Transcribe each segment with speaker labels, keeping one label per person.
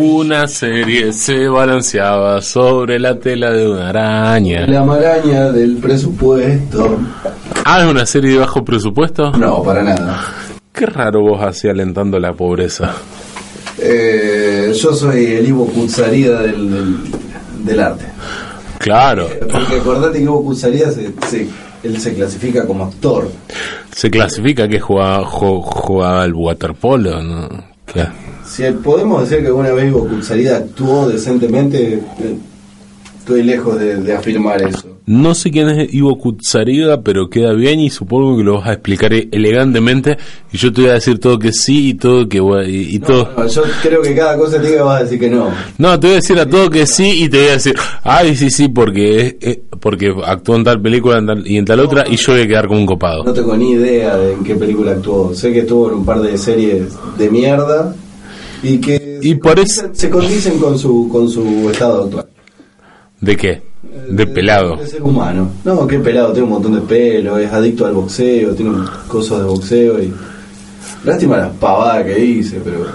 Speaker 1: Una serie se balanceaba sobre la tela de una araña.
Speaker 2: La maraña del presupuesto.
Speaker 1: Ah, es una serie de bajo presupuesto.
Speaker 2: No, para nada.
Speaker 1: Qué raro vos así alentando la pobreza.
Speaker 2: Eh, yo soy el Ivo Kuzarida del, del, del arte.
Speaker 1: Claro,
Speaker 2: Porque acordate que Ivo Kuzarida se, se- él se clasifica como actor.
Speaker 1: se clasifica que jugaba, jo- jugaba al waterpolo, ¿no? Claro.
Speaker 2: Si podemos decir que alguna vez Ivo Kuzarida actuó decentemente, eh, estoy lejos de, de afirmar eso.
Speaker 1: No sé quién es Ivo Kutsarida, pero queda bien y supongo que lo vas a explicar e- elegantemente. Y yo te voy a decir todo que sí y todo que gua- y, y todo.
Speaker 2: No, yo creo que cada cosa te diga vas a decir que no.
Speaker 1: No, te voy a decir a todo que sí y te voy a decir, ay, sí, sí, porque es- es- porque actuó en tal película en tal- y en tal otra y yo voy a quedar como un
Speaker 2: No
Speaker 1: copado.
Speaker 2: tengo ni idea de en qué película actuó. Sé que estuvo en un par de series de mierda y que
Speaker 1: Y
Speaker 2: se,
Speaker 1: por
Speaker 2: condicen, se condicen con su con su estado actual.
Speaker 1: ¿De qué?
Speaker 2: Eh,
Speaker 1: De pelado.
Speaker 2: De ser humano. No, qué pelado, tiene un montón de pelo, es adicto al boxeo, tiene un- cosas de boxeo y lástima las pavadas que dice, pero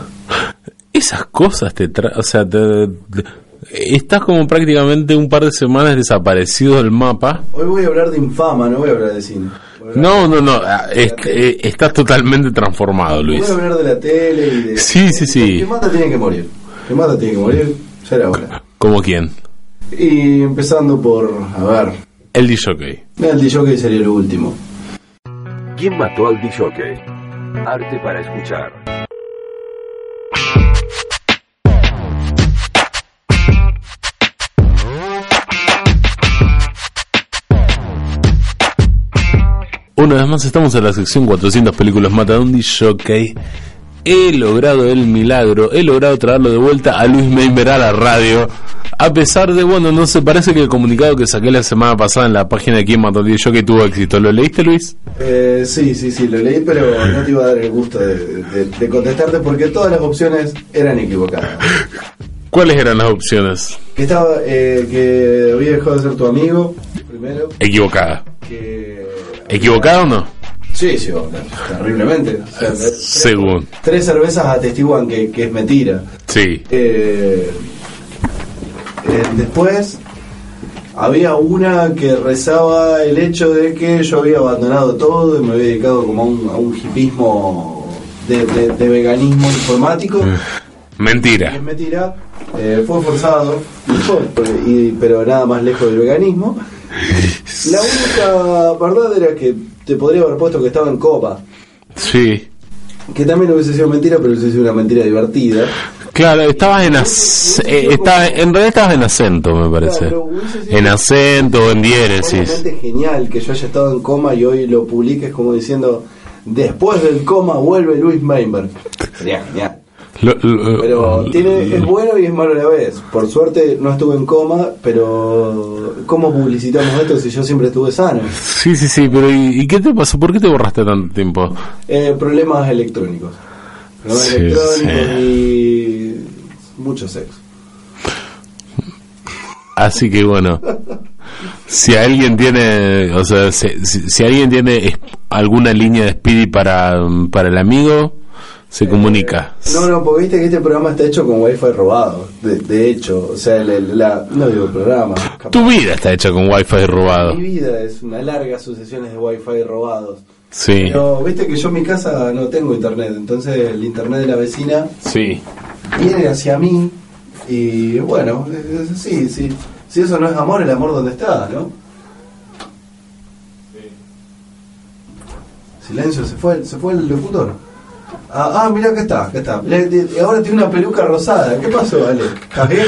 Speaker 1: Esas cosas te traen, o sea, te- te- estás como prácticamente un par de semanas desaparecido del mapa.
Speaker 2: hoy voy a hablar de infama, no voy a hablar de cine. Voy a hablar-
Speaker 1: No, no, no, ah, es- eh, estás totalmente transformado,
Speaker 2: Voy
Speaker 1: Luis.
Speaker 2: a hablar de la tele y de
Speaker 1: Sí, sí, sí.
Speaker 2: Que mata tiene que morir. Que mata tiene que morir, ya era hora.
Speaker 1: ¿Como quién?
Speaker 2: Y empezando por, a ver,
Speaker 1: El DJ.
Speaker 2: El DJ sería el último.
Speaker 3: ¿Quién mató al dishoque? Arte para escuchar.
Speaker 1: Una vez más estamos en la sección 400 películas Mata de un DJ. He logrado el milagro, he logrado traerlo de vuelta a Luis Meimer a la radio. A pesar de, bueno, no se parece que el comunicado que saqué la semana pasada en la página de quién mató al DJ tuvo éxito. ¿Lo leíste, Luis?
Speaker 2: Eh, sí, sí, sí, lo leí, pero no te iba a dar el gusto de, de- de contestarte porque todas las opciones eran equivocadas.
Speaker 1: ¿Cuáles eran las opciones?
Speaker 2: Que estaba, eh, que había dejado de ser tu amigo, primero,
Speaker 1: Equivocada.
Speaker 2: que...
Speaker 1: ¿Equivocada o no?
Speaker 2: Sí, sí, bueno, terriblemente. O sea, tres-
Speaker 1: Según.
Speaker 2: Tres cervezas atestiguan que, que es mentira.
Speaker 1: Sí.
Speaker 2: Eh, eh, después había una que rezaba el hecho de que yo había abandonado todo y me había dedicado como a un, a un hipismo de, de- de veganismo informático. Y
Speaker 1: Mentira.
Speaker 2: es mentira, eh, fue forzado, y fue- y- pero nada más lejos del veganismo. La única verdad era que te podría haber puesto que estaba en copa,
Speaker 1: Sí.
Speaker 2: que también hubiese sido mentira, pero hubiese sido una mentira divertida.
Speaker 1: Claro, estabas en ac- eh, estaba- en realidad estabas en acento, me parece.
Speaker 2: Claro, hubiese sido-
Speaker 1: En acento, en diéresis.
Speaker 2: Realmente genial que yo haya estado en coma y hoy lo publiques como diciendo después del coma vuelve Luis Meinberg. Sería genial.
Speaker 1: Lo- lo-
Speaker 2: Pero tiene, es bueno y es malo a la vez. Por suerte no estuve en coma, pero ¿cómo publicitamos esto si yo siempre estuve sano?
Speaker 1: Sí, sí, sí, pero ¿y, y qué te pasó? ¿Por qué te borraste tanto tiempo?
Speaker 2: Eh, problemas electrónicos. Problemas
Speaker 1: Sí,
Speaker 2: electrónicos y mucho sexo.
Speaker 1: Así que bueno, si alguien tiene, o sea, si, si- si alguien tiene es- alguna línea de Speedy para, para el amigo, se comunica.
Speaker 2: Eh, No, no, porque viste que este programa está hecho con wifi robado. De, de hecho, o sea, la, la- no digo programa. capaz-
Speaker 1: Tu vida está hecha con wifi robado.
Speaker 2: Mi vida es una larga sucesiones de wifi robados.
Speaker 1: Sí,
Speaker 2: Pero viste que yo en mi casa no tengo internet, entonces el internet de la vecina
Speaker 1: sí.
Speaker 2: viene hacia mí y bueno, eh, eh, sí, sí. Si eso no es amor, el amor donde está, ¿no? Silencio, se fue, el- se fue el locutor. Ah, ah mira acá está, acá está. Mirá, de- ahora tiene una peluca rosada. ¿Qué pasó, Ale? ¿Estás bien?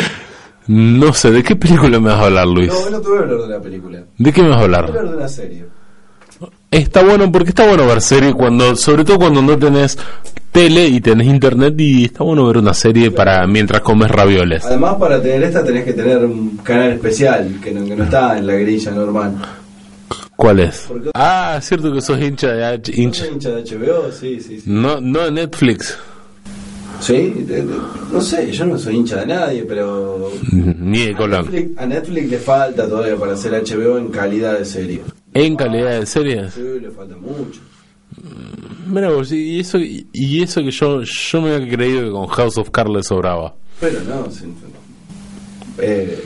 Speaker 1: No sé, ¿de qué película me vas a hablar, Luis?
Speaker 2: No, no te voy a hablar de la película.
Speaker 1: ¿De qué me vas a
Speaker 2: Te voy a
Speaker 1: hablar?
Speaker 2: hablar de una serie.
Speaker 1: Está bueno, porque está bueno ver serie cuando, sobre todo cuando no tenés tele y tenés internet y está bueno ver una serie para mientras comes ravioles.
Speaker 2: Además, para tener esta tenés que tener un canal especial, que no, que no está en la grilla normal.
Speaker 1: ¿Cuál es?
Speaker 2: Porque-
Speaker 1: Ah, es cierto que sos hincha de H- hincha.
Speaker 2: ¿Sos hincha de HBO? Sí, sí, sí.
Speaker 1: No, no de Netflix.
Speaker 2: Sí, de- de- no sé, yo no soy hincha de nadie, pero...
Speaker 1: Ni de Colón.
Speaker 2: Netflix- a Netflix le falta todavía para hacer HBO en calidad de serie.
Speaker 1: En calidad de series.
Speaker 2: Sí, le falta mucho.
Speaker 1: Mira vos, y y eso, y eso que yo, yo me había creído que con House of Cards le sobraba.
Speaker 2: Pero no, sí, eh,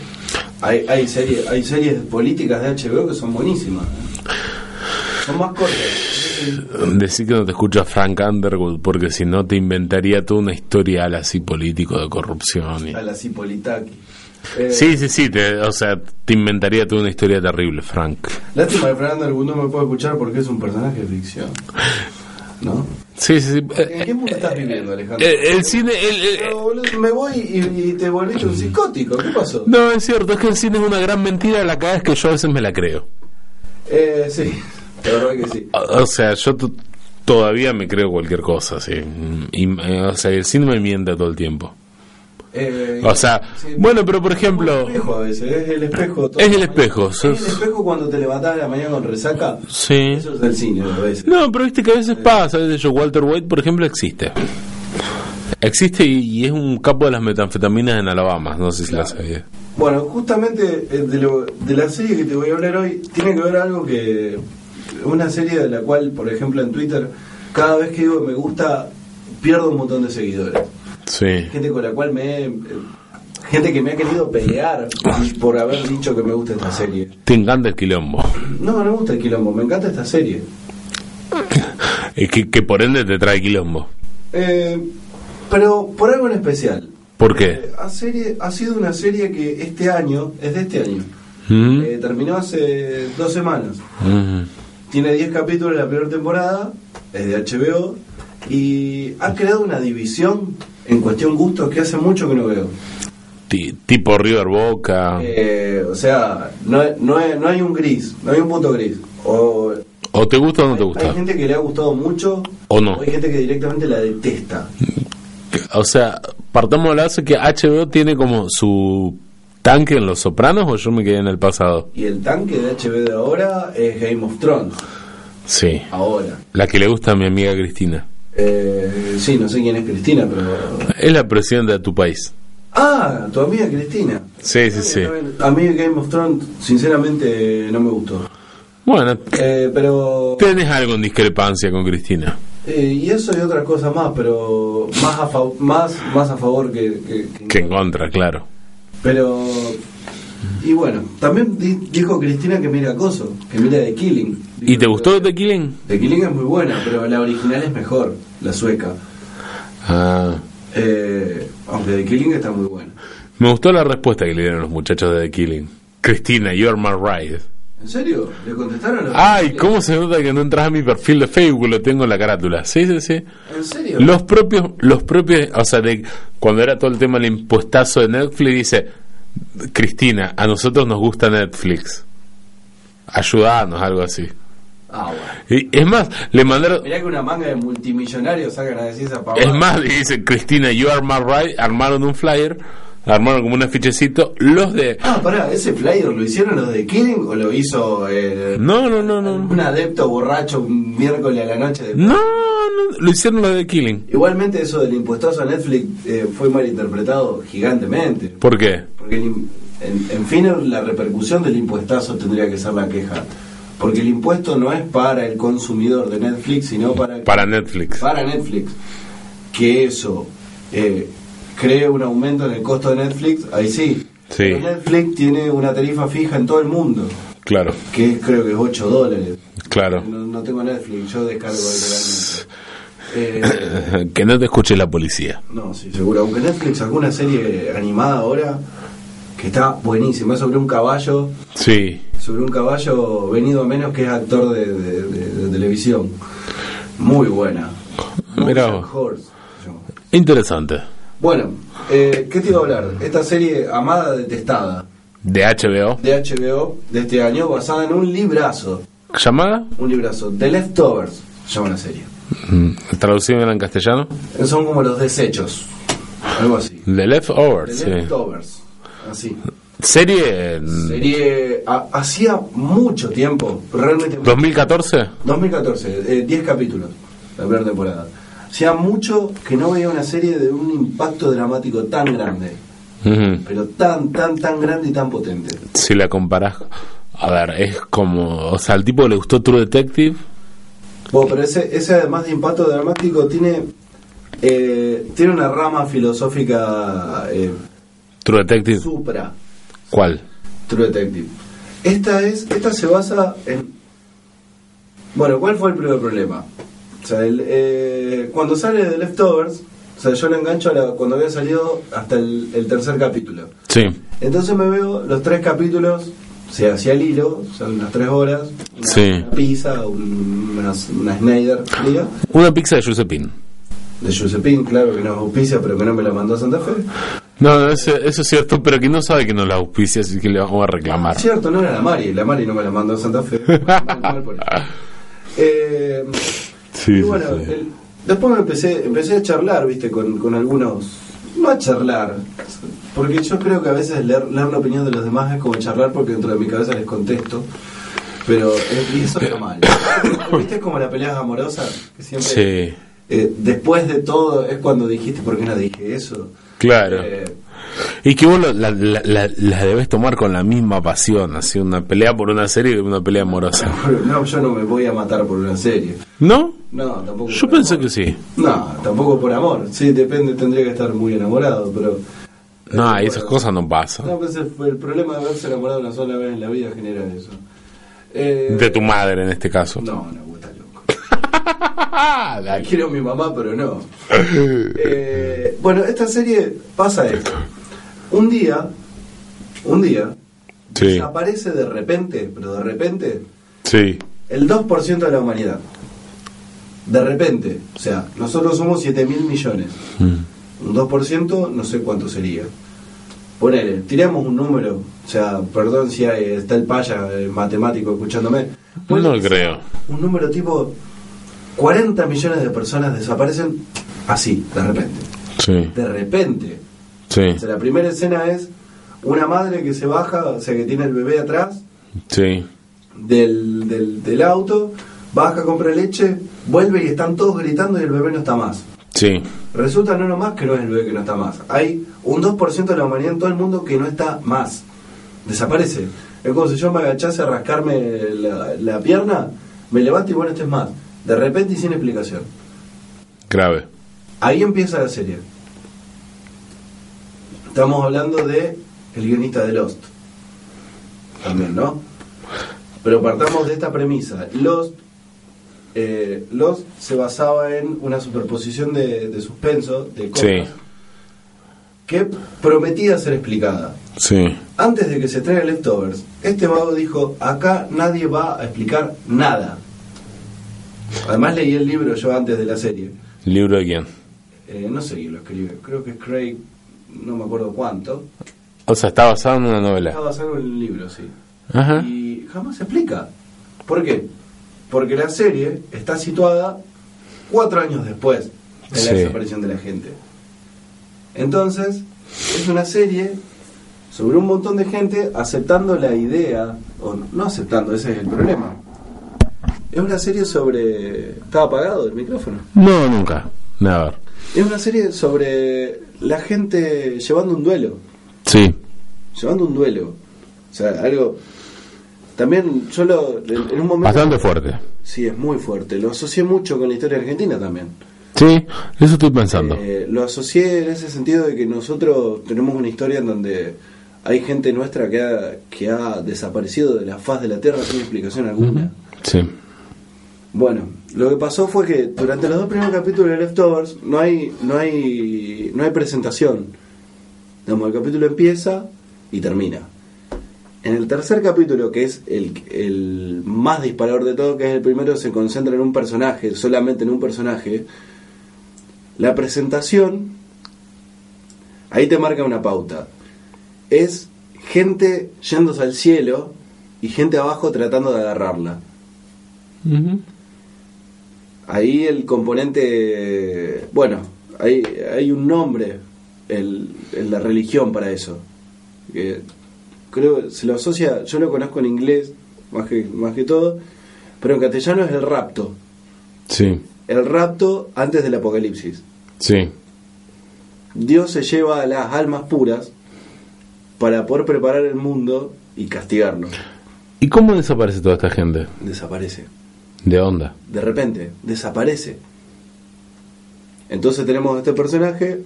Speaker 2: hay, hay, serie- hay series políticas de HBO que son buenísimas. ¿eh? Son más cortas.
Speaker 1: Decí que no te escucha Frank Underwood, porque si no te inventaría toda una historial así político de corrupción. y-
Speaker 2: A la Eh, Cipolitaki.
Speaker 1: Sí, sí, sí, te- o sea, te inventaría toda una historia terrible, Frank.
Speaker 2: Lástima que Fernando Argundo no me puede escuchar porque es un personaje de ficción. ¿No?
Speaker 1: Sí, sí, sí.
Speaker 2: ¿En qué mundo estás viviendo, Alejandro?
Speaker 1: Eh, el cine. el- el- eh,
Speaker 2: Pero, boludo, me voy y, y te volviste un psicótico. ¿Qué pasó?
Speaker 1: no, es cierto, es que el cine es una gran mentira, la cada es que yo a veces me la creo.
Speaker 2: Eh, sí, la verdad que sí.
Speaker 1: O o sea, yo t- todavía me creo cualquier cosa, sí. Y, eh, o sea, el cine me miente todo el tiempo.
Speaker 2: Eh,
Speaker 1: O sea,
Speaker 2: sí,
Speaker 1: bueno, pero por ejemplo...
Speaker 2: Es el espejo a veces, es el espejo. todo.
Speaker 1: Es el espejo,
Speaker 2: Es
Speaker 1: sí.
Speaker 2: el espejo cuando te levantás de la mañana con resaca.
Speaker 1: Sí.
Speaker 2: Eso es del cine a veces.
Speaker 1: No, pero viste que a veces pasa, de hecho, Walter White, por ejemplo, existe. Existe y, y es un capo de las metanfetaminas en Alabama, no sé si la sabías.
Speaker 2: Bueno, justamente eh, de, lo- de la serie que te voy a hablar hoy, tiene que ver algo que. Una serie de la cual, por ejemplo, en Twitter, cada vez que digo me gusta, pierdo un montón de seguidores.
Speaker 1: Sí.
Speaker 2: Gente con la cual me. he- eh, Gente que me ha querido pelear por haber dicho que me gusta esta serie.
Speaker 1: Te encanta el quilombo.
Speaker 2: No, no me gusta el quilombo, me encanta esta serie.
Speaker 1: Es que, que por ende te trae quilombo.
Speaker 2: Eh, pero por algo en especial.
Speaker 1: ¿Por qué?
Speaker 2: Eh, ha, serie, ha sido una serie que este año, es de este año,
Speaker 1: ¿Mm?
Speaker 2: eh, terminó hace dos semanas.
Speaker 1: Mm.
Speaker 2: Tiene 10 capítulos la primera temporada, es de HBO, y ha creado una división en cuestión gustos que hace mucho que no veo.
Speaker 1: Ti- tipo River Boca,
Speaker 2: Eh, o sea, no, no, hay- no hay un gris, no hay un punto gris. O,
Speaker 1: o te gusta o no te gusta.
Speaker 2: Hay gente que le ha gustado mucho,
Speaker 1: O no.
Speaker 2: hay gente que directamente la detesta.
Speaker 1: O sea, partamos del base que HBO tiene como su tanque en Los Sopranos o yo me quedé en el pasado.
Speaker 2: Y el tanque de HBO de ahora es Game of Thrones,
Speaker 1: Sí.
Speaker 2: ahora.
Speaker 1: La que le gusta a mi amiga Cristina.
Speaker 2: Eh, sí, no sé quién es Cristina, pero...
Speaker 1: Es la presidenta de tu país.
Speaker 2: Ah, tu amiga Cristina.
Speaker 1: Sí, sí, sí.
Speaker 2: A mí Game of Thrones sinceramente no me gustó.
Speaker 1: Bueno,
Speaker 2: Eh, pero...
Speaker 1: tenés algo en discrepancia con Cristina.
Speaker 2: eh, y eso y otra cosa más, pero más a, fa- más, más a favor que... que- que-
Speaker 1: Que en contra, claro.
Speaker 2: Pero... Y bueno, también di- dijo Cristina que mira Coso, que mira The Killing.
Speaker 1: ¿Y te
Speaker 2: Dijo,
Speaker 1: gustó The Killing?
Speaker 2: The Killing es muy buena, pero la original es mejor, la sueca.
Speaker 1: Ah.
Speaker 2: Eh, aunque The Killing está muy buena.
Speaker 1: Me gustó la respuesta que le dieron los muchachos de The Killing. Cristina, you are my right.
Speaker 2: ¿En serio? ¿Le contestaron los
Speaker 1: Ay, ¿cómo se nota que no entras a mi perfil de Facebook? Lo tengo en la carátula. Sí, sí, sí.
Speaker 2: ¿En serio?
Speaker 1: Los propios, los propios, o sea, de, cuando era todo el tema del impuestazo de Netflix, dice, Cristina, a nosotros nos gusta Netflix. Ayudanos, algo así.
Speaker 2: Ah, bueno.
Speaker 1: Y es más, le mandaron,
Speaker 2: Mirá que una manga de multimillonarios sacan a decir esa pavada.
Speaker 1: es más, y dice, Cristina, you are my right, armaron un flyer, armaron como un afichecito, los de...
Speaker 2: Ah, pará, ¿ese flyer lo hicieron los de Killing o lo hizo el-
Speaker 1: No, no, no, no.
Speaker 2: un adepto borracho un miércoles a la noche? de-
Speaker 1: No, no, lo hicieron los de Killing.
Speaker 2: Igualmente eso del impuestazo a Netflix eh, fue malinterpretado gigantemente.
Speaker 1: ¿Por qué?
Speaker 2: Porque el im- en, en fin, la repercusión del impuestazo tendría que ser la queja. Porque el impuesto no es para el consumidor de Netflix, sino para,
Speaker 1: Para Netflix.
Speaker 2: para Netflix. Que eso eh, cree un aumento en el costo de Netflix, ahí sí.
Speaker 1: Sí.
Speaker 2: Pero Netflix tiene una tarifa fija en todo el mundo,
Speaker 1: Claro,
Speaker 2: que es, creo que es 8 dólares.
Speaker 1: claro.
Speaker 2: No, no tengo Netflix, yo descargo legalmente. Eh,
Speaker 1: Que no te escuche la policía.
Speaker 2: no, sí, seguro. Aunque Netflix sacó una serie animada ahora que está buenísima, es sobre un caballo,
Speaker 1: Sí.
Speaker 2: sobre un caballo venido a menos que es actor de, de- de- de televisión. Muy buena.
Speaker 1: Mirá
Speaker 2: Bojack Horse, se llama.
Speaker 1: Interesante.
Speaker 2: Bueno, eh, ¿qué te iba a hablar? Esta serie amada, detestada,
Speaker 1: De HBO.
Speaker 2: de HBO de este año, basada en un librazo.
Speaker 1: ¿Llamada?
Speaker 2: Un librazo, The Leftovers, se llama la serie.
Speaker 1: Mm, Traducido en castellano.
Speaker 2: Son como los desechos, algo así.
Speaker 1: The
Speaker 2: The
Speaker 1: Leftovers. sí.
Speaker 2: Leftovers, así.
Speaker 1: Serie en
Speaker 2: Serie. ha- Hacía mucho tiempo, realmente.
Speaker 1: 2014.
Speaker 2: 2014, eh, 10 capítulos, la primera temporada. Hacía mucho que no veía una serie de un impacto dramático tan grande,
Speaker 1: Ujú.
Speaker 2: pero tan, tan, tan grande y tan potente.
Speaker 1: Si la comparás. A ver, es como. O sea, al tipo le gustó True Detective.
Speaker 2: Bueno, pero ese, ese además de impacto dramático tiene Eh, tiene una rama filosófica eh,
Speaker 1: True Detective.
Speaker 2: supra
Speaker 1: ¿Cuál?
Speaker 2: True Detective. Esta es, esta se basa en. Bueno, ¿cuál fue el primer problema? O sea, el, eh, cuando sale de Leftovers, o sea, yo lo engancho a la- cuando había salido hasta el, el tercer capítulo.
Speaker 1: Sí.
Speaker 2: Entonces me veo los tres capítulos, o sea, hacia el hilo, o sea, unas tres horas, una,
Speaker 1: Sí.
Speaker 2: una pizza, un- una, una Snyder fría,
Speaker 1: Una pizza de Giuseppin.
Speaker 2: de Josephine, claro que no auspicia, pero que no me la mandó a Santa Fe.
Speaker 1: No, eso, eso es cierto, pero que no sabe que no la auspicia, así que le vamos a reclamar.
Speaker 2: Cierto, no era la Mari, la Mari no me la mandó a Santa Fe. Mal, mal por eso. Eh,
Speaker 1: Sí,
Speaker 2: y
Speaker 1: sí,
Speaker 2: bueno,
Speaker 1: sí.
Speaker 2: el- después me empecé, empecé a charlar, viste, con, con algunos. No a charlar, porque yo creo que a veces leer, leer la opinión de los demás es como charlar porque dentro de mi cabeza les contesto. Pero eh, y eso está mal. ¿Viste Es como la pelea amorosa? Que siempre,
Speaker 1: Sí,
Speaker 2: eh, después de todo es cuando dijiste, ¿por qué no dije eso?
Speaker 1: claro.
Speaker 2: Eh,
Speaker 1: Y que vos lo- la, la, la- la debes tomar con la misma pasión, así una pelea por una serie que una pelea amorosa.
Speaker 2: no, yo no me voy a matar por una serie.
Speaker 1: ¿No?
Speaker 2: No, tampoco.
Speaker 1: Yo
Speaker 2: por
Speaker 1: pensé
Speaker 2: amor.
Speaker 1: que sí.
Speaker 2: No, tampoco por amor. Sí, depende, tendría que estar muy enamorado, pero.
Speaker 1: No,
Speaker 2: Eh,
Speaker 1: esas
Speaker 2: bueno.
Speaker 1: cosas no pasan.
Speaker 2: No, pues el, el problema de haberse enamorado una sola vez en la vida genera eso. Eh,
Speaker 1: De tu madre en este caso.
Speaker 2: No, no, vos estás loco.
Speaker 1: Ah,
Speaker 2: La
Speaker 1: la-
Speaker 2: quiero a mi mamá, pero no. Eh, bueno, esta serie pasa esto. Un día, un día,
Speaker 1: Sí,
Speaker 2: desaparece de repente, pero de repente,
Speaker 1: sí,
Speaker 2: el 2% de la humanidad. De repente. O sea, nosotros somos 7 mil millones.
Speaker 1: Mm.
Speaker 2: Un 2% no sé cuánto sería. Ponele, tiramos un número. O sea, perdón si hay- está el paya el matemático escuchándome. Ponele
Speaker 1: no
Speaker 2: que
Speaker 1: creo.
Speaker 2: sea Un número tipo 40 millones de personas desaparecen así, de repente.
Speaker 1: Sí,
Speaker 2: De repente.
Speaker 1: sí,
Speaker 2: O sea, la primera escena es una madre que se baja, o sea, que tiene el bebé atrás
Speaker 1: sí.
Speaker 2: del, del, del auto, baja, compra leche, vuelve y están todos gritando y el bebé no está más.
Speaker 1: Sí,
Speaker 2: Resulta no nomás que no es el bebé que no está más. Hay un 2% de la humanidad en todo el mundo que no está más. Desaparece. Es como si yo me agachase a rascarme la, la pierna, me levanto y bueno, este es más. De repente y sin explicación.
Speaker 1: grave.
Speaker 2: Ahí empieza la serie. Estamos hablando de el guionista de Lost. También, ¿no? Pero partamos de esta premisa. Lost, eh, Lost se basaba en una superposición de, de suspenso, de cosas,
Speaker 1: Sí.
Speaker 2: que prometía ser explicada.
Speaker 1: Sí,
Speaker 2: Antes de que se traiga Leftovers, este vago dijo, acá nadie va a explicar nada. Además leí el libro yo antes de la serie.
Speaker 1: libro de quién.
Speaker 2: Eh, no sé quién lo escribe, creo que es Craig, no me acuerdo cuánto.
Speaker 1: O sea, está basado en una
Speaker 2: Está
Speaker 1: novela.
Speaker 2: basado en el libro, sí.
Speaker 1: Ajá.
Speaker 2: Y jamás se explica. ¿Por qué? Porque la serie está situada cuatro años después de la
Speaker 1: Sí.
Speaker 2: desaparición de la gente. Entonces, es una serie sobre un montón de gente aceptando la idea, o no aceptando, ese es el problema. Es una serie sobre... Estaba apagado el micrófono.
Speaker 1: No, nunca. Never.
Speaker 2: Es una serie sobre la gente llevando un duelo.
Speaker 1: Sí,
Speaker 2: Llevando un duelo. O sea, algo. También yo lo. En en un momento.
Speaker 1: bastante fuerte.
Speaker 2: Sí, es muy fuerte. Lo asocié mucho con la historia argentina también.
Speaker 1: Sí, eso estoy pensando.
Speaker 2: Eh, lo asocié en ese sentido de que nosotros tenemos una historia en donde hay gente nuestra que ha, que ha desaparecido de la faz de la tierra sin explicación alguna.
Speaker 1: Sí,
Speaker 2: Bueno, lo que pasó fue que durante los dos primeros capítulos de Leftovers no hay, no hay, no hay presentación. Digamos, el capítulo empieza y termina. En el tercer capítulo, que es el, el más disparador de todo, que es el primero, se concentra en un personaje, solamente en un personaje. La presentación, ahí te marca una pauta. Es gente yéndose al cielo y gente abajo tratando de agarrarla. Ahí el componente, bueno, hay, hay un nombre el- en la religión para eso. Que creo se lo asocia, yo lo conozco en inglés más que, más que todo, pero en castellano es el rapto.
Speaker 1: sí,
Speaker 2: El rapto antes del apocalipsis.
Speaker 1: sí,
Speaker 2: Dios se lleva a las almas puras para poder preparar el mundo y castigarlo.
Speaker 1: ¿Y cómo desaparece toda esta gente?
Speaker 2: Desaparece.
Speaker 1: De onda.
Speaker 2: De repente, desaparece. Entonces tenemos a este personaje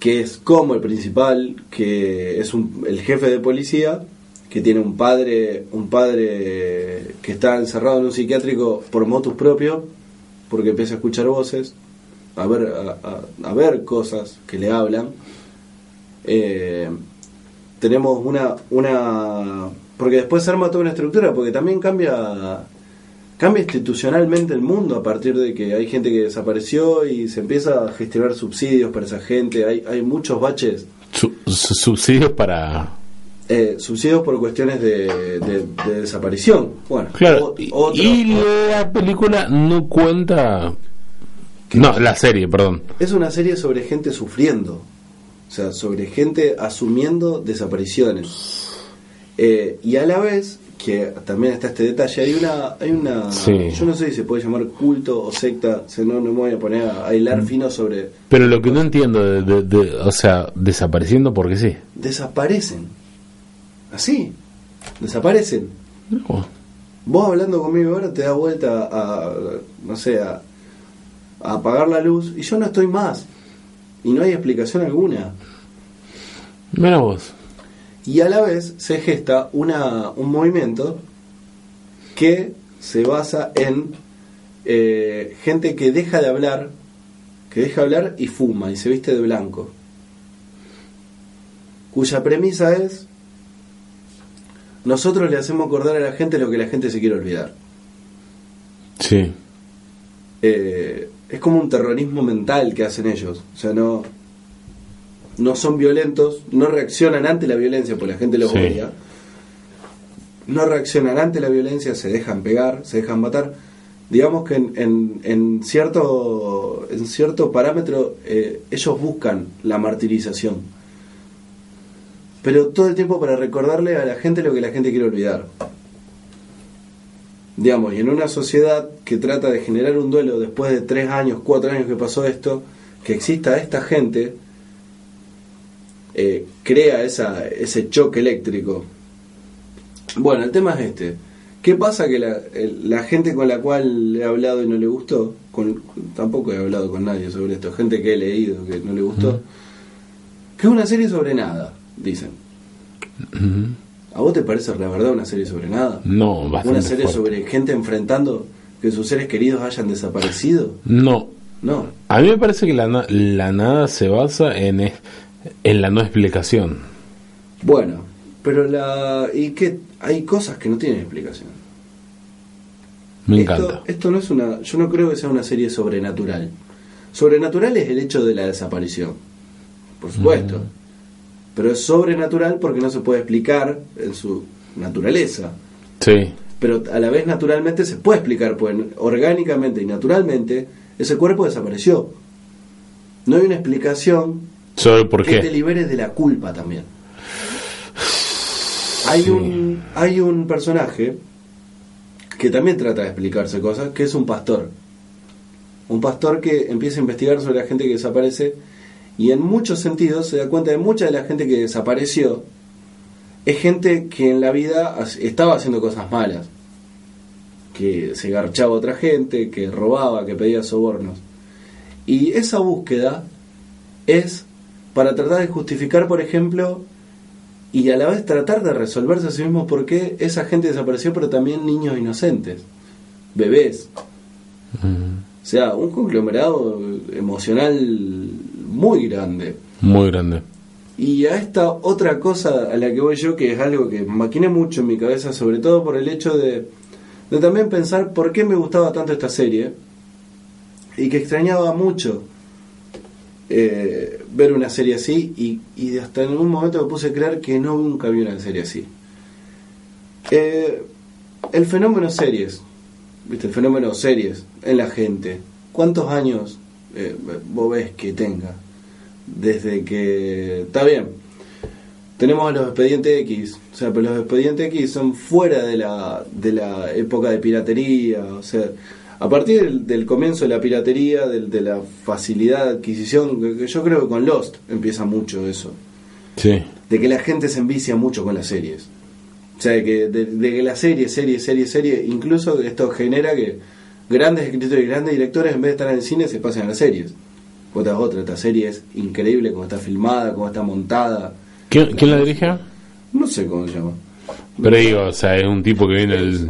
Speaker 2: que es como el principal, que es un- el jefe de policía, que tiene un padre, un padre que está encerrado en un psiquiátrico por motus propio, porque empieza a escuchar voces, a ver, a, a- a ver cosas que le hablan. Eh, tenemos una, una porque después se arma toda una estructura, porque también cambia cambia institucionalmente el mundo a partir de que hay gente que desapareció y se empieza a gestionar subsidios para esa gente, hay, hay muchos baches,
Speaker 1: Su- su- subsidios para...
Speaker 2: eh, subsidios por cuestiones de, de- de desaparición. Bueno,
Speaker 1: Claro,
Speaker 2: o-
Speaker 1: y,
Speaker 2: otro-
Speaker 1: y la película no cuenta... No, la serie, perdón.
Speaker 2: es una serie sobre gente sufriendo, o sea, sobre gente asumiendo desapariciones. Eh, y a la vez, que también está este detalle, hay una, hay una
Speaker 1: Sí.
Speaker 2: yo no sé si se puede llamar culto o secta, o sea, no, no me voy a poner a a
Speaker 1: Mm.
Speaker 2: hilar fino sobre
Speaker 1: Pero lo que no entiendo, de, de- de- o sea, desapareciendo porque sí.
Speaker 2: desaparecen. Así, desaparecen.
Speaker 1: No.
Speaker 2: Vos hablando conmigo ahora te da vuelta a, no sé, a, a apagar la luz y yo no estoy más. Y no hay explicación alguna.
Speaker 1: Mira vos.
Speaker 2: Y a la vez se gesta una, un movimiento que se basa en eh, gente que deja de hablar, que deja de hablar y fuma y se viste de blanco. Cuya premisa es, nosotros le hacemos acordar a la gente lo que la gente se quiere olvidar.
Speaker 1: Sí.
Speaker 2: Eh, es como un terrorismo mental que hacen ellos. O sea, no, no son violentos, no reaccionan ante la violencia, porque la gente los
Speaker 1: Sí.
Speaker 2: odia. No reaccionan ante la violencia, se dejan pegar, se dejan matar. Digamos que en, en- en cierto, en cierto parámetro eh, ellos buscan la martirización. Pero todo el tiempo para recordarle a la gente lo que la gente quiere olvidar digamos, y en una sociedad que trata de generar un duelo después de tres años, cuatro años que pasó esto, que exista esta gente, eh, crea esa, ese choque eléctrico. Bueno, el tema es este. ¿Qué pasa que la, el- la gente con la cual he hablado y no le gustó, con, tampoco he hablado con nadie sobre esto, gente que he leído que no le gustó, que es una serie sobre nada, dicen. ¿A vos te parece la verdad una serie sobre nada?
Speaker 1: No, bastante
Speaker 2: ¿Una serie
Speaker 1: fuerte.
Speaker 2: sobre gente enfrentando que sus seres queridos hayan desaparecido?
Speaker 1: No.
Speaker 2: No.
Speaker 1: A mí me parece que la, na- la nada se basa en, es- en la no explicación.
Speaker 2: Bueno, pero la. ¿Y qué? Hay cosas que no tienen explicación.
Speaker 1: Me
Speaker 2: esto,
Speaker 1: encanta.
Speaker 2: Esto no es una. Yo no creo que sea una serie sobrenatural. Sobrenatural es el hecho de la desaparición. Por supuesto.
Speaker 1: Mm.
Speaker 2: Pero es sobrenatural porque no se puede explicar en su naturaleza.
Speaker 1: Sí.
Speaker 2: Pero a la vez naturalmente se puede explicar, pues orgánicamente y naturalmente ese cuerpo desapareció. No hay una explicación
Speaker 1: ¿Sobre por
Speaker 2: que te
Speaker 1: qué?
Speaker 2: liberes de la culpa también. Hay un hay un personaje que también trata de explicarse cosas, que es un pastor. Un pastor que empieza a investigar sobre la gente que desaparece y en muchos sentidos se da cuenta de mucha de la gente que desapareció es gente que en la vida ha- estaba haciendo cosas malas, que se garchaba a otra gente, que robaba, que pedía sobornos. Y esa búsqueda es para tratar de justificar, por ejemplo, y a la vez tratar de resolverse a sí mismo por qué esa gente desapareció, pero también niños inocentes, bebés.
Speaker 1: Mm,
Speaker 2: O sea, un conglomerado emocional muy grande.
Speaker 1: Muy grande.
Speaker 2: Y a esta otra cosa a la que voy yo, que es algo que maquiné mucho en mi cabeza, sobre todo por el hecho de, de también pensar por qué me gustaba tanto esta serie y que extrañaba mucho eh, ver una serie así y, y hasta en un momento me puse a creer que no nunca vi una serie así. Eh, el fenómeno series, ¿viste? El fenómeno series en la gente. ¿Cuántos años eh, vos ves que tenga? desde que está bien tenemos a los expedientes X o sea pero los expedientes X son fuera de la de la época de piratería o sea a partir del, del comienzo de la piratería del- de la facilidad de adquisición que- que yo creo que con Lost empieza mucho eso
Speaker 1: Sí.
Speaker 2: de que la gente se envicia mucho con las series. O sea, de que, de, de que la serie, serie, serie, serie, incluso esto genera que grandes escritores y grandes directores, en vez de estar en el cine, se pasan a las series. Otra es otra, esta serie es increíble, cómo está filmada, cómo está montada.
Speaker 1: ¿Quién, quién la dirige?
Speaker 2: No sé cómo se llama.
Speaker 1: Pero digo, o sea, es un tipo que viene del...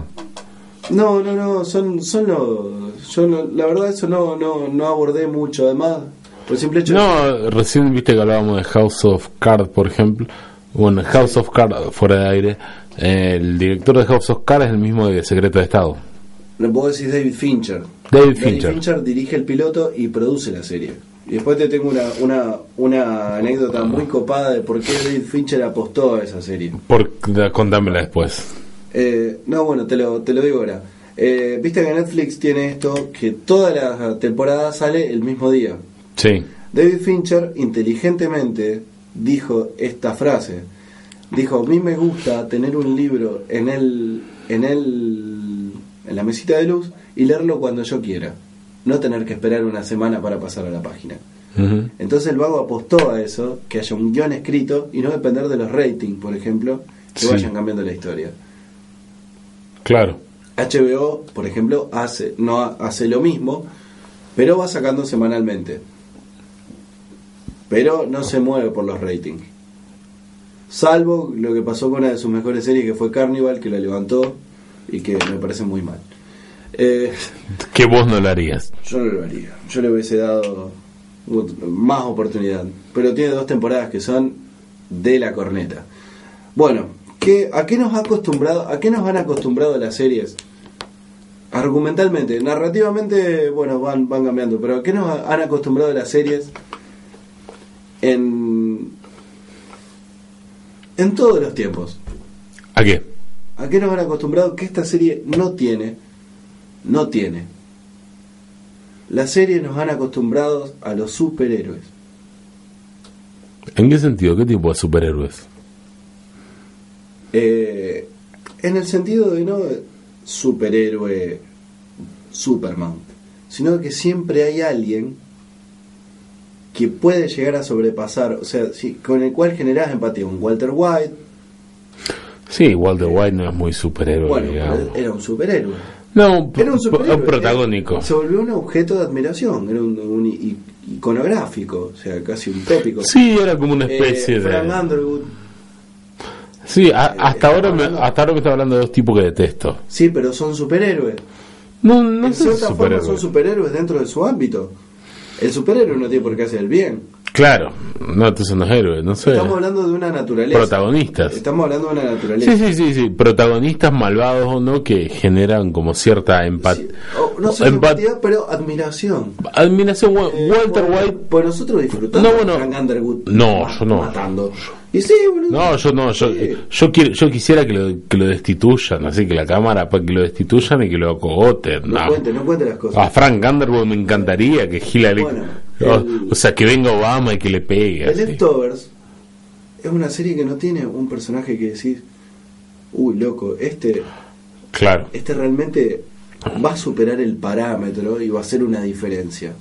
Speaker 2: No, no, no, son, son los. Yo no- la verdad, eso no, no, no abordé mucho. Además, por el simple hecho.
Speaker 1: No, recién viste que hablábamos de House of Cards, por ejemplo. Bueno, House of Cards, fuera de aire. eh, el director de House of Cards es el mismo de Secreto de Estado.
Speaker 2: Lo puedo decir David Fincher.
Speaker 1: David Fincher.
Speaker 2: dirige el piloto y produce la serie. Y después te tengo una, una, una anécdota muy copada de por qué David Fincher apostó a esa serie.
Speaker 1: Por, da- contámela después.
Speaker 2: Eh, no, bueno, te lo, te lo digo ahora. Eh, Viste que Netflix tiene esto, que toda la temporada sale el mismo día.
Speaker 1: Sí.
Speaker 2: David Fincher inteligentemente dijo esta frase. Dijo, a mí me gusta tener un libro en el, en el, en la mesita de luz y leerlo cuando yo quiera. No tener que esperar una semana para pasar a la página.
Speaker 1: Ujú.
Speaker 2: Entonces el vago apostó a eso, que haya un guión escrito y no depender de los ratings, por ejemplo, que
Speaker 1: Sí.
Speaker 2: vayan cambiando la historia.
Speaker 1: Claro.
Speaker 2: HBO, por ejemplo, hace, no ha- hace lo mismo, pero va sacando semanalmente. Pero no se mueve por los ratings. Salvo lo que pasó con una de sus mejores series que fue Carnival, que la levantó y que me parece muy mal. Eh,
Speaker 1: Que vos no la harías.
Speaker 2: yo no lo haría. Yo le hubiese dado ot- más oportunidad. Pero tiene dos temporadas que son de la corneta. Bueno, ¿qué, ¿a qué nos ha acostumbrado, a qué nos han acostumbrado las series? Argumentalmente, narrativamente, bueno, van, van cambiando, pero ¿a qué nos ha- han acostumbrado las series en, en todos los tiempos?
Speaker 1: ¿A qué?
Speaker 2: ¿A qué nos han acostumbrado que esta serie no tiene? No tiene. Las series nos han acostumbrado a los superhéroes.
Speaker 1: ¿En qué sentido? ¿Qué tipo de superhéroes?
Speaker 2: Eh, en el sentido de no superhéroe Superman, sino que siempre hay alguien que puede llegar a sobrepasar, o sea, sí, con el cual generás empatía. Un Walter White,
Speaker 1: Sí, Walter White no es muy superhéroe,
Speaker 2: bueno,
Speaker 1: digamos.
Speaker 2: pero era un superhéroe.
Speaker 1: No,
Speaker 2: Era un superhéroe.
Speaker 1: pro- protagónico.
Speaker 2: Se volvió un objeto de admiración, era un, un i- iconográfico, o sea, casi un tópico.
Speaker 1: Sí, era como una especie
Speaker 2: Eh, Frank
Speaker 1: de...
Speaker 2: Underwood.
Speaker 1: Sí, a- hasta,
Speaker 2: eh,
Speaker 1: ahora me,
Speaker 2: hablando-
Speaker 1: hasta ahora me está hablando de dos tipos que detesto.
Speaker 2: Sí, pero son superhéroes.
Speaker 1: No, no
Speaker 2: en
Speaker 1: sé
Speaker 2: cierta forma
Speaker 1: superhéroe.
Speaker 2: son superhéroes dentro de su ámbito. El superhéroe no tiene por qué hacer el bien.
Speaker 1: Claro, no, estos son los héroes, no sé.
Speaker 2: Estamos hablando de una naturaleza.
Speaker 1: Protagonistas.
Speaker 2: Estamos hablando de una naturaleza.
Speaker 1: Sí, sí, sí, sí, protagonistas malvados o no que generan como cierta
Speaker 2: Sí.
Speaker 1: empatía.
Speaker 2: O, no sé simpatía, pero admiración.
Speaker 1: Admiración, Wa-
Speaker 2: Eh,
Speaker 1: Walter
Speaker 2: bueno,
Speaker 1: White.
Speaker 2: Pues nosotros disfrutamos
Speaker 1: No, bueno.
Speaker 2: de Frank Underwood.
Speaker 1: No, yo no.
Speaker 2: Matando. Y sí, boludo.
Speaker 1: No, yo no, yo,
Speaker 2: Sí.
Speaker 1: yo, quiero, yo quisiera que lo, que lo destituyan, así que la cámara, para que lo destituyan y que lo acogoten.
Speaker 2: No
Speaker 1: no. Ah.
Speaker 2: cuente, no cuente las cosas.
Speaker 1: A Frank Underwood me encantaría que Hillary.
Speaker 2: Bueno,
Speaker 1: o,
Speaker 2: el-
Speaker 1: o sea, que venga Obama y que le pegue.
Speaker 2: The
Speaker 1: así.
Speaker 2: Leftovers es una serie que no tiene un personaje que decís, uy, loco, este,
Speaker 1: Claro.
Speaker 2: este realmente va a superar el parámetro y va a hacer una diferencia.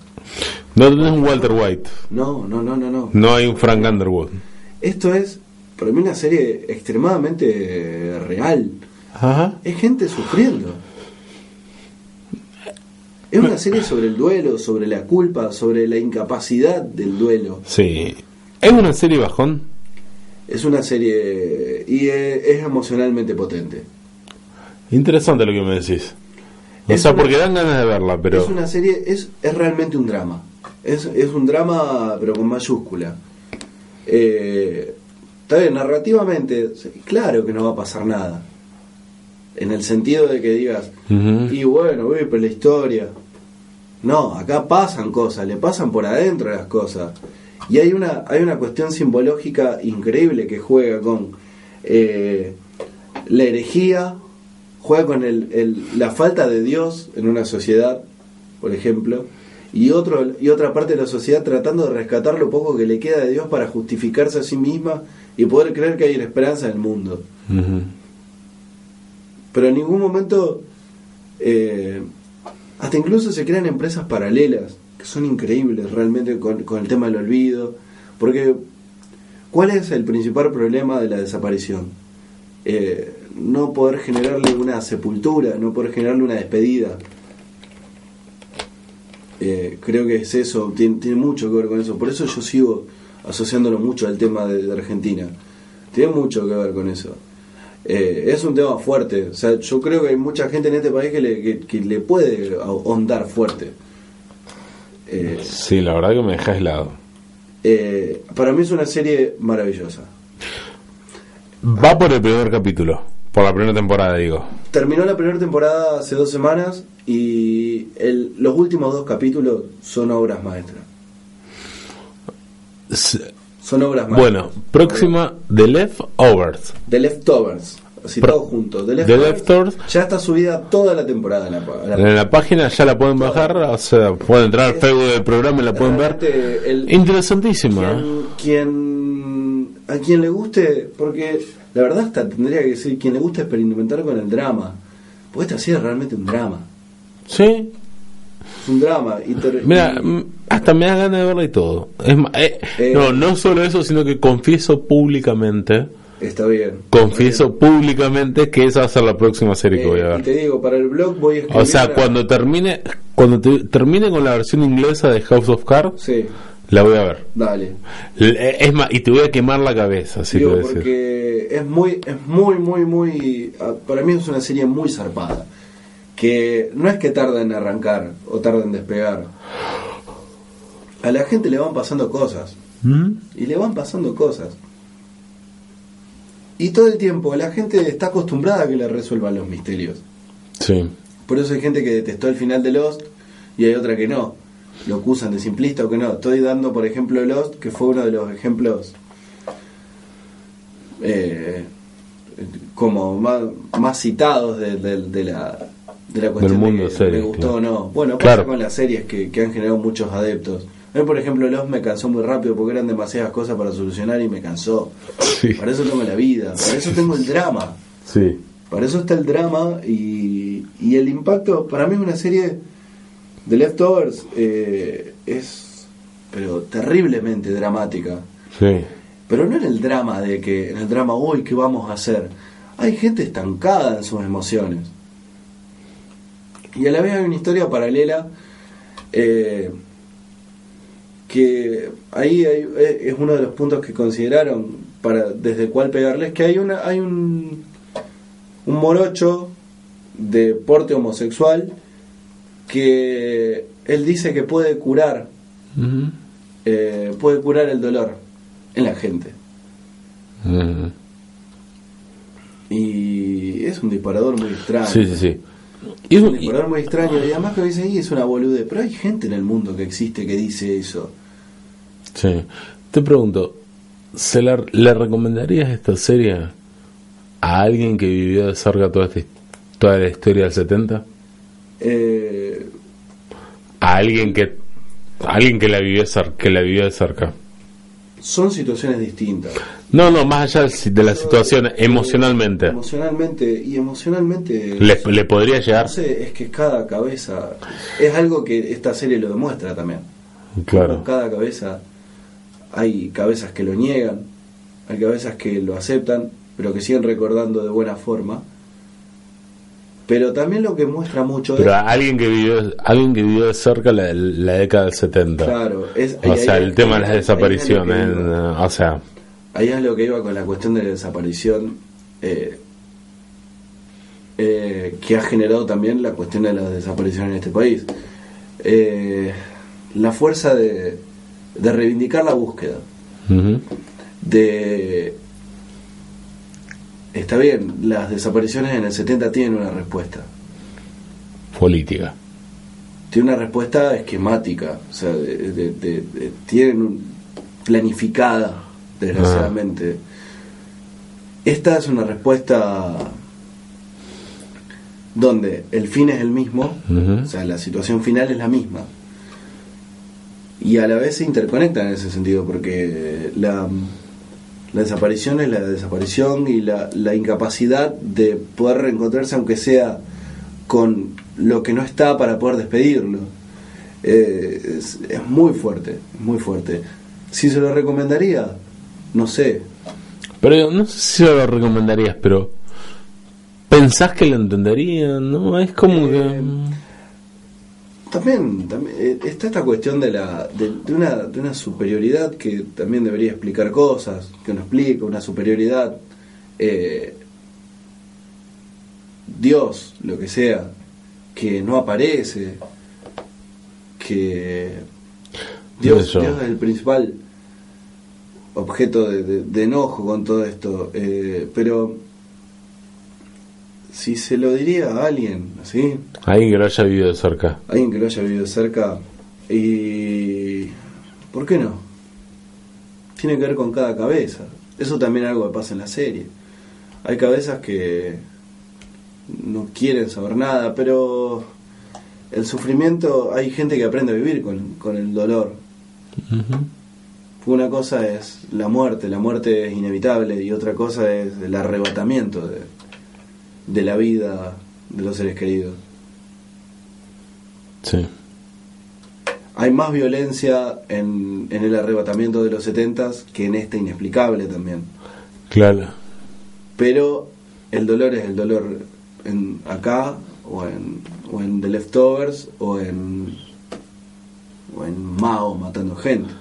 Speaker 1: No tenés un Walter White,
Speaker 2: No, no, no, no, no.
Speaker 1: no hay un Frank Underwood.
Speaker 2: Esto es, para mí, una serie extremadamente eh, real.
Speaker 1: Ajá.
Speaker 2: Es gente sufriendo. Es una serie sobre el duelo, sobre la culpa, sobre la incapacidad del duelo.
Speaker 1: Sí. ¿Es una serie bajón?
Speaker 2: Es una serie y eh, es emocionalmente potente.
Speaker 1: Interesante lo que me decís. O
Speaker 2: Es
Speaker 1: sea,
Speaker 2: una-
Speaker 1: porque dan ganas de verla, pero.
Speaker 2: Es una serie, es, es realmente un drama. Es, es un drama, pero con mayúscula. Eh, está bien, narrativamente, sí, claro que no va a pasar nada. En el sentido de que digas,
Speaker 1: Ujú.
Speaker 2: y bueno, uy, pero la historia. No, acá pasan cosas, le pasan por adentro las cosas. Y hay una, hay una cuestión simbológica increíble que juega con eh, la herejía, juega con el- el- la falta de Dios en una sociedad, por ejemplo, y, otro, y otra parte de la sociedad tratando de rescatar lo poco que le queda de Dios para justificarse a sí misma y poder creer que hay una esperanza en el mundo
Speaker 1: Ujú.
Speaker 2: pero en ningún momento eh, hasta incluso se crean empresas paralelas que son increíbles realmente con, con el tema del olvido porque ¿cuál es el principal problema de la desaparición? Eh, no poder generarle una sepultura no poder generarle una despedida Eh, creo que es eso, tiene, tiene mucho que ver con eso. Por eso yo sigo asociándolo mucho al tema de, de Argentina. Tiene mucho que ver con eso. Eh, es un tema fuerte. O sea, yo creo que hay mucha gente en este país que le, que, que le puede ahondar fuerte. Eh,
Speaker 1: Sí, la verdad que me deja helado.
Speaker 2: eh, para mí es una serie maravillosa.
Speaker 1: Va por el primer capítulo, por la primera temporada, digo.
Speaker 2: Terminó la primera temporada hace dos semanas y el- los últimos dos capítulos son obras maestras.
Speaker 1: S-
Speaker 2: Son obras maestras. Eh,
Speaker 1: Bueno, próxima, The Leftovers.
Speaker 2: The Leftovers. Así
Speaker 1: Pro-
Speaker 2: todo junto.
Speaker 1: The
Speaker 2: The Leftovers,
Speaker 1: Leftovers.
Speaker 2: Ya está subida toda la temporada. en La, la-
Speaker 1: En la página ya la pueden bajar, o sea, pueden entrar al Facebook del programa y la pueden ver.
Speaker 2: Realmente el-
Speaker 1: Interesantísima. ¿eh?
Speaker 2: quien, quien- a quien le guste, porque la verdad hasta tendría que decir, quien le gusta experimentar con el drama. Porque esta serie es realmente un drama.
Speaker 1: Sí,
Speaker 2: Es un drama. Y ter-
Speaker 1: Mira,
Speaker 2: y-
Speaker 1: mm, hasta me da ganas de verla y todo. Es ma- eh,
Speaker 2: Eh.
Speaker 1: no, no solo eso, sino que confieso públicamente,
Speaker 2: está bien.
Speaker 1: confieso públicamente que esa va a ser la próxima serie que voy a
Speaker 2: Eh, y te
Speaker 1: ver.
Speaker 2: digo, para el blog voy a escribir.
Speaker 1: O sea,
Speaker 2: una-
Speaker 1: cuando termine, cuando te- termine con la versión inglesa de House of Cards,
Speaker 2: Sí,
Speaker 1: la voy a ver.
Speaker 2: dale.
Speaker 1: L- eh, Es más, y te voy a quemar la cabeza, si
Speaker 2: Digo,
Speaker 1: lo decís.
Speaker 2: porque es muy, es muy, muy, muy. ah, Para mí es una serie muy zarpada. Que no es que tarda en arrancar o tarda en despegar. A la gente le van pasando cosas.
Speaker 1: ¿Mm?
Speaker 2: Y le van pasando cosas. Y todo el tiempo la gente está acostumbrada a que le resuelvan los misterios.
Speaker 1: Sí.
Speaker 2: Por eso hay gente que detestó el final de Lost y hay otra que no. Lo acusan de simplista o que no. Estoy dando, por ejemplo, Lost, que fue uno de los ejemplos eh, como más, más citados de, de- de la, de la cuestión
Speaker 1: mundo
Speaker 2: de
Speaker 1: de
Speaker 2: que
Speaker 1: series,
Speaker 2: me
Speaker 1: claro.
Speaker 2: gustó o no. Bueno, pasa
Speaker 1: Claro.
Speaker 2: con las series que, que han generado muchos adeptos. A mí, por ejemplo, Lost me cansó muy rápido porque eran demasiadas cosas para solucionar y me cansó.
Speaker 1: Sí.
Speaker 2: Para eso tengo la vida, para eso tengo el drama.
Speaker 1: Sí.
Speaker 2: Para eso está el drama y, y el impacto. Para mí es una serie de Leftovers. eh, es pero terriblemente dramática.
Speaker 1: Sí.
Speaker 2: Pero no en el drama de que, en el drama hoy, ¿qué vamos a hacer? Hay gente estancada en sus emociones. Y a la vez hay una historia paralela eh, que ahí hay- eh, es uno de los puntos que consideraron para desde cuál pegarles, que hay una hay un, un morocho de porte homosexual que él dice que puede curar
Speaker 1: Mm.
Speaker 2: eh, puede curar el dolor en la gente.
Speaker 1: Mm.
Speaker 2: Y es un disparador muy extraño.
Speaker 1: Sí, sí, sí. Y
Speaker 2: Es
Speaker 1: es
Speaker 2: un
Speaker 1: un- y-
Speaker 2: disparador muy extraño. Y además que dice ahí es una bolude. Pero hay gente en el mundo que existe que dice eso.
Speaker 1: Sí. Te pregunto, ¿se la- ¿le recomendarías esta serie a alguien que vivió de cerca toda, esta his- toda la historia del 70?
Speaker 2: Eh,
Speaker 1: ¿A alguien que a alguien que la vivió cer- que la vivió de cerca?
Speaker 2: son situaciones distintas.
Speaker 1: No, no, más allá del- de la situación emocionalmente.
Speaker 2: Emocionalmente. Y emocionalmente.
Speaker 1: ¿Le, le podría llegar?
Speaker 2: No sé, es que cada cabeza. Es algo que esta serie lo demuestra también.
Speaker 1: Claro.
Speaker 2: Cada cabeza. Hay cabezas que lo niegan. Hay cabezas que lo aceptan. Pero que siguen recordando de buena forma. Pero también lo que muestra mucho
Speaker 1: Pero
Speaker 2: es.
Speaker 1: a alguien que vivió alguien que vivió de cerca la, la década del 70.
Speaker 2: Claro, es,
Speaker 1: O sea, el tema de las
Speaker 2: ahí es lo que
Speaker 1: desapariciones,
Speaker 2: iba.
Speaker 1: eh, o sea,
Speaker 2: Ahí es lo que iba con la cuestión de la desaparición, eh, eh, que ha generado también la cuestión de las desapariciones en este país. Eh, la fuerza de, de reivindicar la búsqueda,
Speaker 1: ujú.
Speaker 2: de... Está bien, las desapariciones en el 70 tienen una respuesta.
Speaker 1: política.
Speaker 2: tiene una respuesta esquemática, o sea, de- de- de- de- tienen un- planificada, desgraciadamente. Esta es una respuesta donde el fin es el mismo,
Speaker 1: Ujú.
Speaker 2: o sea, la situación final es la misma. Y a la vez se interconectan en ese sentido, porque la, la desaparición es la desaparición y la, la incapacidad de poder reencontrarse, aunque sea con lo que no está para poder despedirlo. Eh, es, es muy fuerte, muy fuerte. Si se lo recomendaría, no sé.
Speaker 1: Pero no sé si lo recomendarías, pero
Speaker 2: Eh,
Speaker 1: mm, ¿pensás que lo entenderían? No, es como que...
Speaker 2: También, también, eh, está esta cuestión de, la, de, de una, de una superioridad que también debería explicar cosas, que uno explica, una superioridad. eh, Dios, lo que sea, que no aparece, que Dios,
Speaker 1: Eso.
Speaker 2: Dios es el principal objeto de, de- de enojo con todo esto. eh, pero si se lo diría a alguien, así,
Speaker 1: Alguien que lo haya vivido de cerca.
Speaker 2: alguien que lo haya vivido cerca y ¿por qué no? Tiene que ver con cada cabeza. Eso también es algo que pasa en la serie. Hay cabezas que no quieren saber nada, pero el sufrimiento, hay gente que aprende a vivir con, con el dolor. Una cosa es la muerte, la muerte es inevitable, y otra cosa es el arrebatamiento de, de la vida de los seres queridos.
Speaker 1: Sí.
Speaker 2: Hay más violencia en, en el arrebatamiento de los 70 que en este inexplicable también.
Speaker 1: Claro.
Speaker 2: Pero el dolor es el dolor en acá, o en, o en The Leftovers, o en, o en Mao matando gente.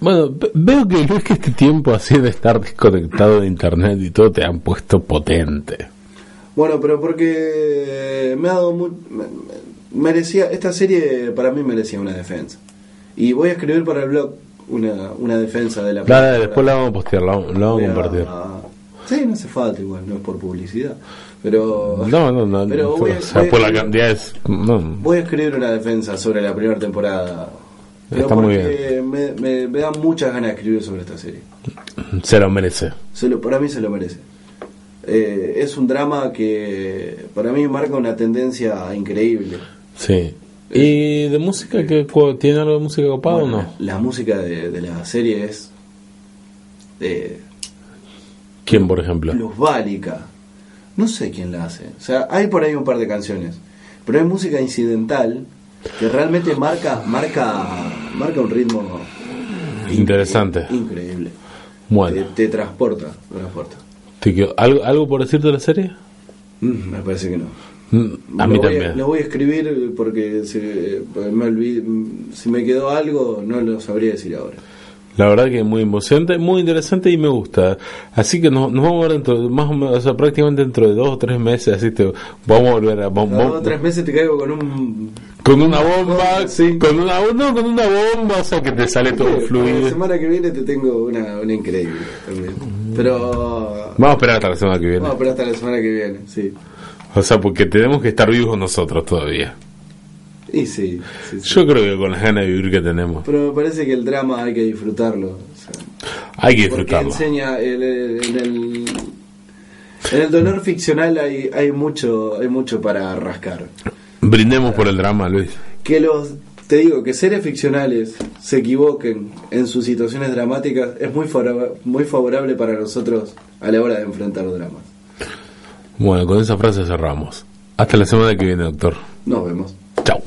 Speaker 1: Bueno, ve- veo que Luis que este tiempo así de estar desconectado de internet y todo te han puesto potente.
Speaker 2: Bueno, pero porque me ha dado mu- me- me- merecía esta serie para mí merecía una defensa. Y voy a escribir para el blog una, una defensa de la
Speaker 1: Dale, dale,
Speaker 2: película.
Speaker 1: después la vamos a postear, la, vamos- la vamos
Speaker 2: Voy
Speaker 1: a
Speaker 2: a-
Speaker 1: compartir.
Speaker 2: Sí, no hace falta igual, no es por publicidad. Pero
Speaker 1: No, no, no.
Speaker 2: Pero voy a-
Speaker 1: o sea,
Speaker 2: voy a-
Speaker 1: por la cantidad es. No.
Speaker 2: voy a escribir una defensa sobre la primera temporada. Pero
Speaker 1: Está muy
Speaker 2: porque Me, me, me dan muchas ganas de escribir sobre esta serie.
Speaker 1: Se lo merece.
Speaker 2: Se lo- para mí se lo merece. Eh, es un drama que para mí marca una tendencia increíble.
Speaker 1: Sí. ¿Y de música? ¿qué, cu- ¿Tiene algo de música copada
Speaker 2: Bueno,
Speaker 1: o no?
Speaker 2: La, la música de, de la serie es eh,
Speaker 1: ¿Quién, por ejemplo?
Speaker 2: plusválica. No sé quién la hace. O sea, hay por ahí un par de canciones. Pero hay música incidental que realmente marca, marca, marca un ritmo
Speaker 1: Interesante.
Speaker 2: increíble. Te,
Speaker 1: Bueno,
Speaker 2: te transporta, te transporta.
Speaker 1: te quedo- ¿algo, ¿algo por decirte de la serie?
Speaker 2: Mm, me parece que no.
Speaker 1: Mm, Mm-hmm. A mí
Speaker 2: Lo voy
Speaker 1: también.
Speaker 2: lo voy a escribir porque si me, olvid- si me quedó algo no lo sabría decir ahora.
Speaker 1: La verdad que muy emocionante, muy interesante y me gusta. Así que nos, nos vamos a ver dentro, de- más o menos, o sea, prácticamente dentro de dos o tres meses, así te vamos a volver a... vamos-
Speaker 2: Cada dos o tres meses te caigo con un...
Speaker 1: con una bomba,
Speaker 2: Sí.
Speaker 1: con una, no, con una bomba, o sea que te sale todo
Speaker 2: La
Speaker 1: fluido.
Speaker 2: semana que viene te tengo una, una increíble también. Pero...
Speaker 1: Vamos a esperar hasta la semana que viene.
Speaker 2: Vamos a esperar hasta la semana que viene, sí.
Speaker 1: O sea, porque tenemos que estar vivos nosotros todavía.
Speaker 2: Y sí, sí, sí.
Speaker 1: Yo creo que con las ganas de vivir que tenemos,
Speaker 2: Pero me parece que el drama hay que disfrutarlo. o sea,
Speaker 1: hay que
Speaker 2: porque
Speaker 1: disfrutarlo.
Speaker 2: enseña el- el- en el... En el dolor ficcional hay, hay mucho hay mucho para rascar.
Speaker 1: Brindemos por el drama, Luis.
Speaker 2: Que los, te digo, que seres ficcionales se equivoquen en sus situaciones dramáticas es muy, favora- muy favorable para nosotros a la hora de enfrentar dramas.
Speaker 1: Bueno, con esa frase cerramos. Hasta la semana que viene, doctor.
Speaker 2: Nos vemos.
Speaker 1: Chao.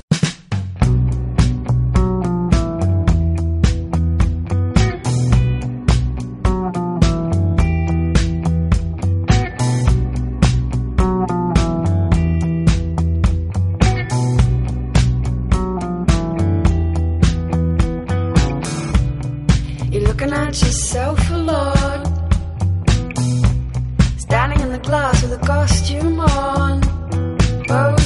Speaker 4: You're looking at yourself a lot. Standing in the glass with a costume on. Both